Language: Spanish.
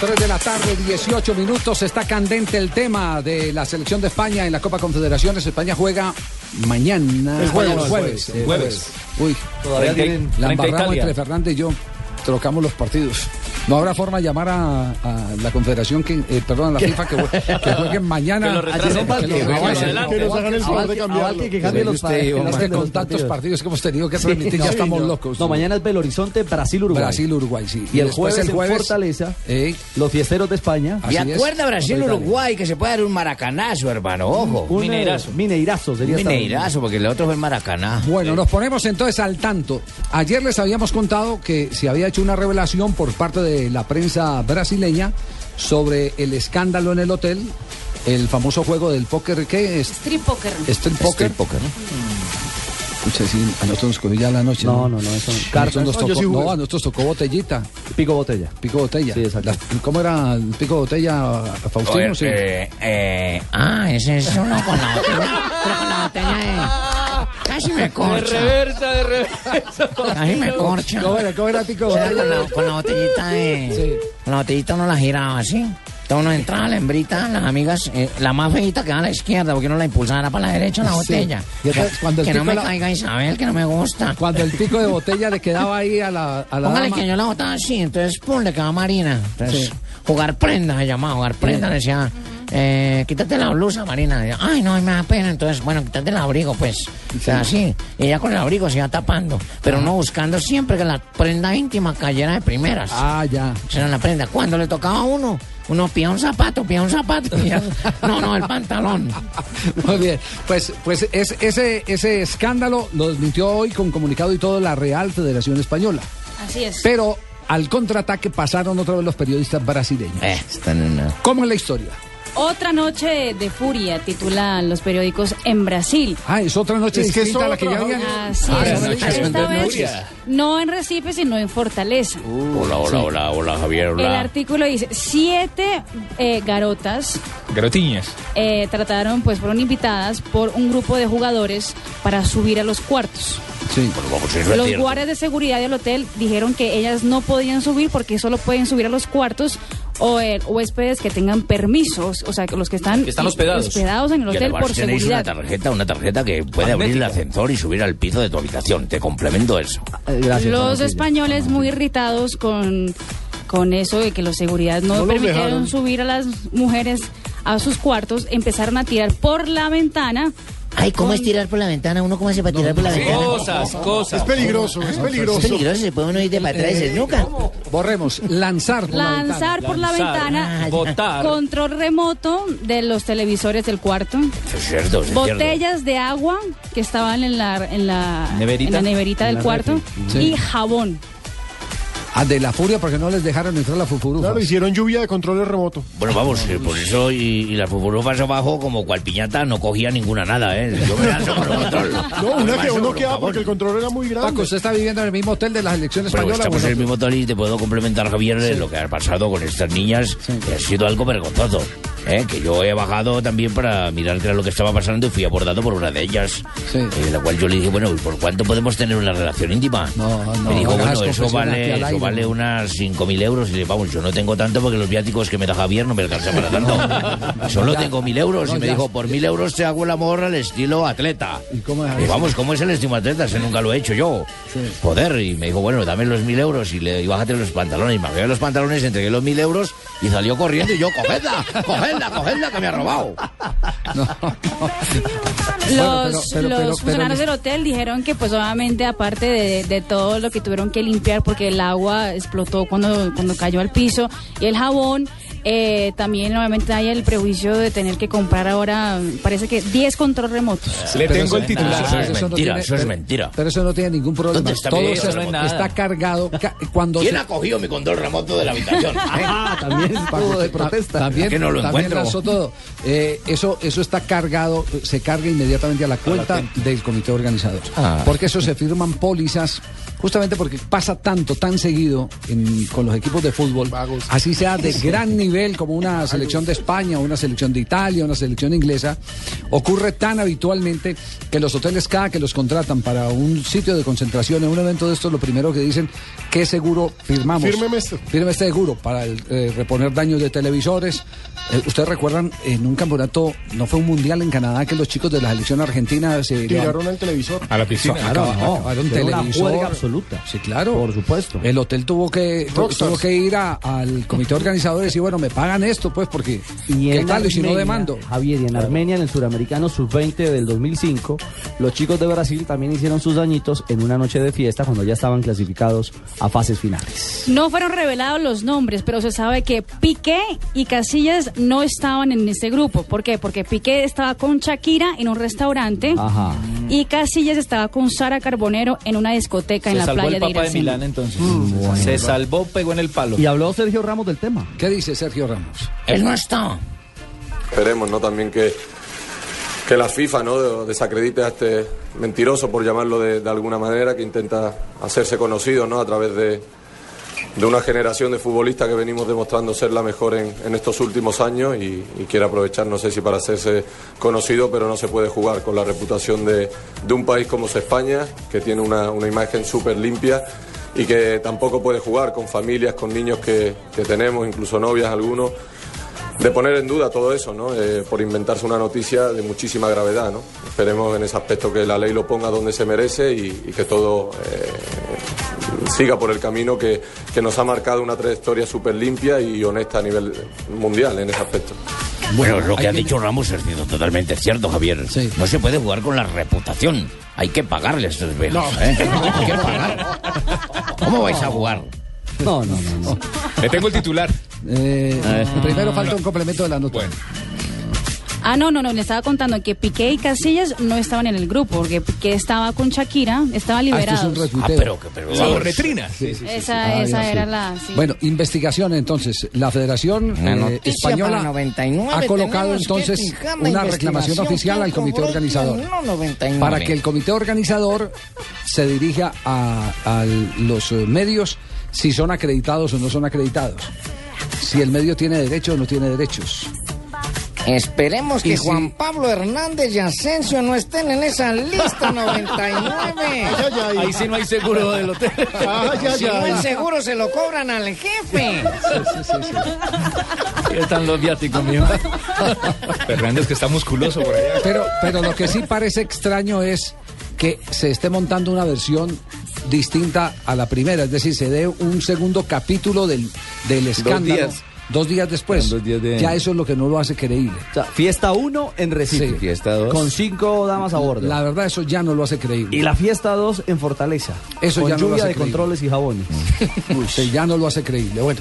3 de la tarde, 18 minutos. Está candente el tema de la selección de España en la Copa Confederaciones. España juega mañana. El jueves. Mañana, jueves. El jueves. Uy, Todavía tienen- la frente a embarramos Italia. entre Fernández y yo. Trocamos los partidos. No habrá forma de llamar a, a la Confederación, que, eh, perdón, a la FIFA, que, jue- que jueguen mañana. Que lo retrasen, Ayer, que Pues avancen, lo avancen, avancen, que nos hagan el favor avancen, de cambiarlo. avancen, Que cambien los Usted, partidos, Iván, los que con partidos. tantos partidos que hemos tenido que transmitir, ya no, estamos no. locos. No, mañana es Belo Horizonte, Brasil, Uruguay. Brasil, Uruguay, sí. Y, el después jueves, el en Fortaleza, eh, los fiesteros de España. Y acuerda Brasil-Uruguay que se puede dar un maracanazo, hermano, ojo. Un, eh, Mineirazo sería Un esta mineirazo, porque el otro fue el maracaná. Bueno, nos ponemos entonces al tanto. Ayer les habíamos contado que se había hecho una revelación por parte de la prensa brasileña sobre el escándalo en el hotel, el famoso juego del póker que es Street Poker. strip poker. Escucha, sí, a nosotros nos cogió ya la noche. No, no, no, eso no. A Cartas, nosotros nos no, yo tocó- sí jugué. no, a nosotros tocó botellita, Pico botella. pico botella. Sí, exacto. Las- ¿Cómo era el pico botella, Faustino? Oye, Sí. eh, eh, ah, ese es uno con la botella. pero con la botella de. Casi me corcha. reversa, de reversa. Casi me corcha. ¿Cómo era, cómo era pico O sea, botella? con la, con la botellita de. Con la botellita uno la giraba así. Entonces uno entraba, la hembrita, las amigas, eh, la más feita quedaba a la izquierda, porque uno la impulsaba era para la derecha la Sí. botella. Y entonces, cuando el que no tipo me la- caiga Isabel, que no me gusta. Cuando el pico de botella le quedaba ahí a la, a la Póngale dama. que yo la botaba así, entonces pum, le quedaba Marina. Entonces, jugar prenda se llamaba, jugar prenda, le decía, eh, quítate la blusa, Marina. Decía, Ay, no, me da pena, entonces, bueno, quítate el abrigo, pues. O sea, así. Y ella con el abrigo se iba tapando, pero no buscando siempre que la prenda íntima cayera de primeras. Ah, ya. Esa era la prenda. Cuando le tocaba a uno, uno pía un zapato, pía un zapato, pía- No, no, el pantalón. Muy bien, pues, pues es- ese, ese escándalo lo desmintió hoy con comunicado y todo la Real Federación Española. Así es. Pero al contraataque pasaron otra vez los periodistas brasileños. Eh, están en una- ¿Cómo es la historia? Otra noche de furia titulan los periódicos en Brasil. Ah, es otra noche Es que es distinta a la que ya otra, había. Así Ah, es. esa noche de Esta vez furia. no en Recife, sino en Fortaleza. Uh, Hola, hola, hola, hola, Javier. El artículo dice, siete eh, garotas Garotiñas. eh, trataron, pues fueron invitadas por un grupo de jugadores para subir a los cuartos. Sí. Los guardias de seguridad del hotel dijeron que ellas no podían subir porque solo pueden subir a los cuartos o eh, huéspedes que tengan permisos, o sea, que los que están, Que están hospedados. en el Y hotel además por tenéis una seguridad. tarjeta, una tarjeta que puede abrir el Magnética. ascensor y subir al piso de tu habitación. Te complemento eso. Ah, eh, Gracias. los Tomatilla. españoles muy irritados con, con eso de que la seguridad no, los permitieron dejaron. subir a las mujeres a sus cuartos, empezaron a tirar por la ventana. Ay, ¿cómo es tirar por la ventana? ¿Uno cómo se puede tirar por la ventana? Cosas, cosas. Es peligroso, es Es peligroso. peligroso, se puede uno ir de para atrás y decir, nunca. Borremos, lanzar por la ventana. Lanzar por la Lanzar, ventana, botar. control remoto de los televisores del cuarto. Eso es cierto, eso es cierto. botellas de agua que estaban en la en la Neverita. en la neverita del cuarto y jabón. Ah, de la furia porque no les dejaron entrar la fufurufa. Claro, hicieron lluvia de controles remoto. Bueno, vamos, eh, por eso y, y las fuburufas abajo, como cual piñata, no cogía ninguna nada, ¿eh? Yo me lanzo por el control. No, Me una que lanzo uno por el queda favor. porque el control era muy Paco, grande. usted está viviendo en el mismo hotel de la selección Pero española. estamos en el bueno. mismo hotel y te puedo complementar, Javier, de lo que ha pasado con estas niñas, que ha sido algo vergonzoso. ¿eh? Que yo he bajado también para mirar qué era lo que estaba pasando y fui abordado por una de ellas. Sí. eh, la cual yo le dije, bueno, ¿y por cuánto podemos tener una relación íntima? No, no, me dijo, no hagas bueno, eso confesiones aquí vale, al eso aire. vale unas 5.000 euros. Y le dije, vamos, yo no tengo tanto porque los viáticos que me da Javier no me alcanzan para tanto. Solo Ya. tengo 1.000 euros. No, y me ya. dijo, por 1.000 euros te hago el amor al estilo atleta. ¿Y cómo es? Y vamos, ¿cómo es el estilo atleta? Ese nunca lo he hecho yo. Joder, y me dijo, bueno, dame los mil euros y, le, y bájate los pantalones. Y me bajé los pantalones, entregué los mil euros y salió corriendo y yo, cogedla, cogedla, cogedla, que me ha robado. Los, Bueno, pero- pero- los pero- pero- funcionarios del hotel dijeron que pues obviamente aparte de, de todo lo que tuvieron que limpiar porque el agua explotó cuando, cuando cayó al piso y el jabón, eh, también obviamente hay el prejuicio de tener que comprar ahora parece que 10 control remotos. Le Pero tengo el eso- titular. Eso es no mentira, tiene- eso es pero- mentira. Pero eso no tiene ningún problema. ¿Dónde está Todo mi- se- eso no es nada. está cargado. ca- Cuando ¿Quién se- ha cogido mi control remoto de la habitación? Ah, también estuvo de Ta- protesta. También, ¿A que no lo también encuentro? lanzó todo. Eh, eso, eso está cargado, eh, se carga inmediatamente a la cuenta del comité organizador. Ah. Porque eso se firman pólizas, justamente porque pasa tanto, tan seguido en- con los equipos de fútbol, así sea de gran nivel como una selección de España, una selección de Italia, una selección inglesa, ocurre tan habitualmente que los hoteles cada que los contratan para un sitio de concentración, en un evento de estos, lo primero que dicen, ¿qué seguro firmamos? Fírmeme esto. Fírmeme este seguro para el, eh, reponer daños de televisores. Eh, Ustedes recuerdan, en un campeonato, no fue un mundial en Canadá, que los chicos de la selección argentina se... Ah, Tiraron al televisor. A la piscina. Claro, no, acabaron fue una televisor. juerga absoluta. Sí, claro. Por supuesto. El hotel tuvo que, tu- Rockstars. tuvo que ir a- al comité organizador y decir, bueno, me pagan esto, pues, porque Y ¿qué en tal? Y si no Armenia, demando. Javier, y en Armenia, en el suramericano sub-20 del 2005, los chicos de Brasil también hicieron sus dañitos en una noche de fiesta cuando ya estaban clasificados a fases finales. No fueron revelados los nombres, pero se sabe que Piqué y Casillas no estaban en este grupo. ¿Por qué? Porque Piqué estaba con Shakira en un restaurante Ajá. y Casillas estaba con Sara Carbonero en una discoteca Se en la salvó playa el Papa de Iracema. Milán ¿eh? entonces. Mm, Se salvó, pegó en el palo. Y habló Sergio Ramos del tema. ¿Qué dice Sergio Ramos? Él no está. Esperemos, ¿no? También que, que la FIFA, ¿no? de- Desacredite a este mentiroso, por llamarlo de, de alguna manera, que intenta hacerse conocido, ¿no? A través de, de una generación de futbolistas que venimos demostrando ser la mejor en, en estos últimos años y, y quiere aprovechar, no sé si para hacerse conocido, pero no se puede jugar con la reputación de, de un país como es España, que tiene una, una imagen súper limpia y que tampoco puede jugar con familias, con niños que, que tenemos, incluso novias algunos, de poner en duda todo eso, ¿no? Eh, por inventarse una noticia de muchísima gravedad, ¿no? Esperemos en ese aspecto que la ley lo ponga donde se merece y, y que todo eh, siga por el camino que, que nos ha marcado una trayectoria súper limpia y honesta a nivel mundial en ese aspecto. Bueno, lo ahí que ha viene. dicho Ramos es cierto, totalmente cierto, Javier. Sí. No se puede jugar con la reputación. Hay que pagarle a estos velos. ¿eh? Hay que pagar. ¿Cómo vais a jugar? No, no, no. no. Le tengo el titular. Eh, primero falta un complemento de la nota. Bueno. Ah, no, no, no, le estaba contando que Piqué y Casillas no estaban en el grupo, porque Piqué estaba con Shakira, estaba Ah, esto es liberado. un Ah, retuiteo. pero que. Pero, Sobre vamos. retrinas. esa Ah, esa ya, era sí. la... sí. Bueno, investigación entonces. La Federación Una eh, noticia Española para 99 ha colocado tenemos que entonces fijar la una investigación reclamación oficial que al comité cobró organizador. el año 99. Para que el comité organizador se dirija a, a los eh, medios si son acreditados o no son acreditados. Si el medio tiene derechos o no tiene derechos. Esperemos Y que si- Juan Pablo Hernández y Asensio no estén en esa lista 99. Ay, ay, ay. Ahí sí no hay seguro del hotel. Ah. Ay, ay, Si no, ay. el seguro se lo cobran al jefe. Ahí están los viáticos, mío. Fernández que está musculoso por allá. Pero, pero lo que sí parece extraño es que se esté montando una versión distinta a la primera, es decir, se dé un segundo capítulo del, del escándalo días. dos días después. Dos días de- Ya eso es lo que no lo hace creíble. O sea, fiesta 1 en Recife. Sí. Fiesta dos. Con cinco damas a bordo. La verdad, eso ya no lo hace Y creíble. la fiesta 2 en Fortaleza. Eso con ya no lo lluvia hace de creíble. controles y jabones. Uy, sí, ya no lo hace creíble. Bueno.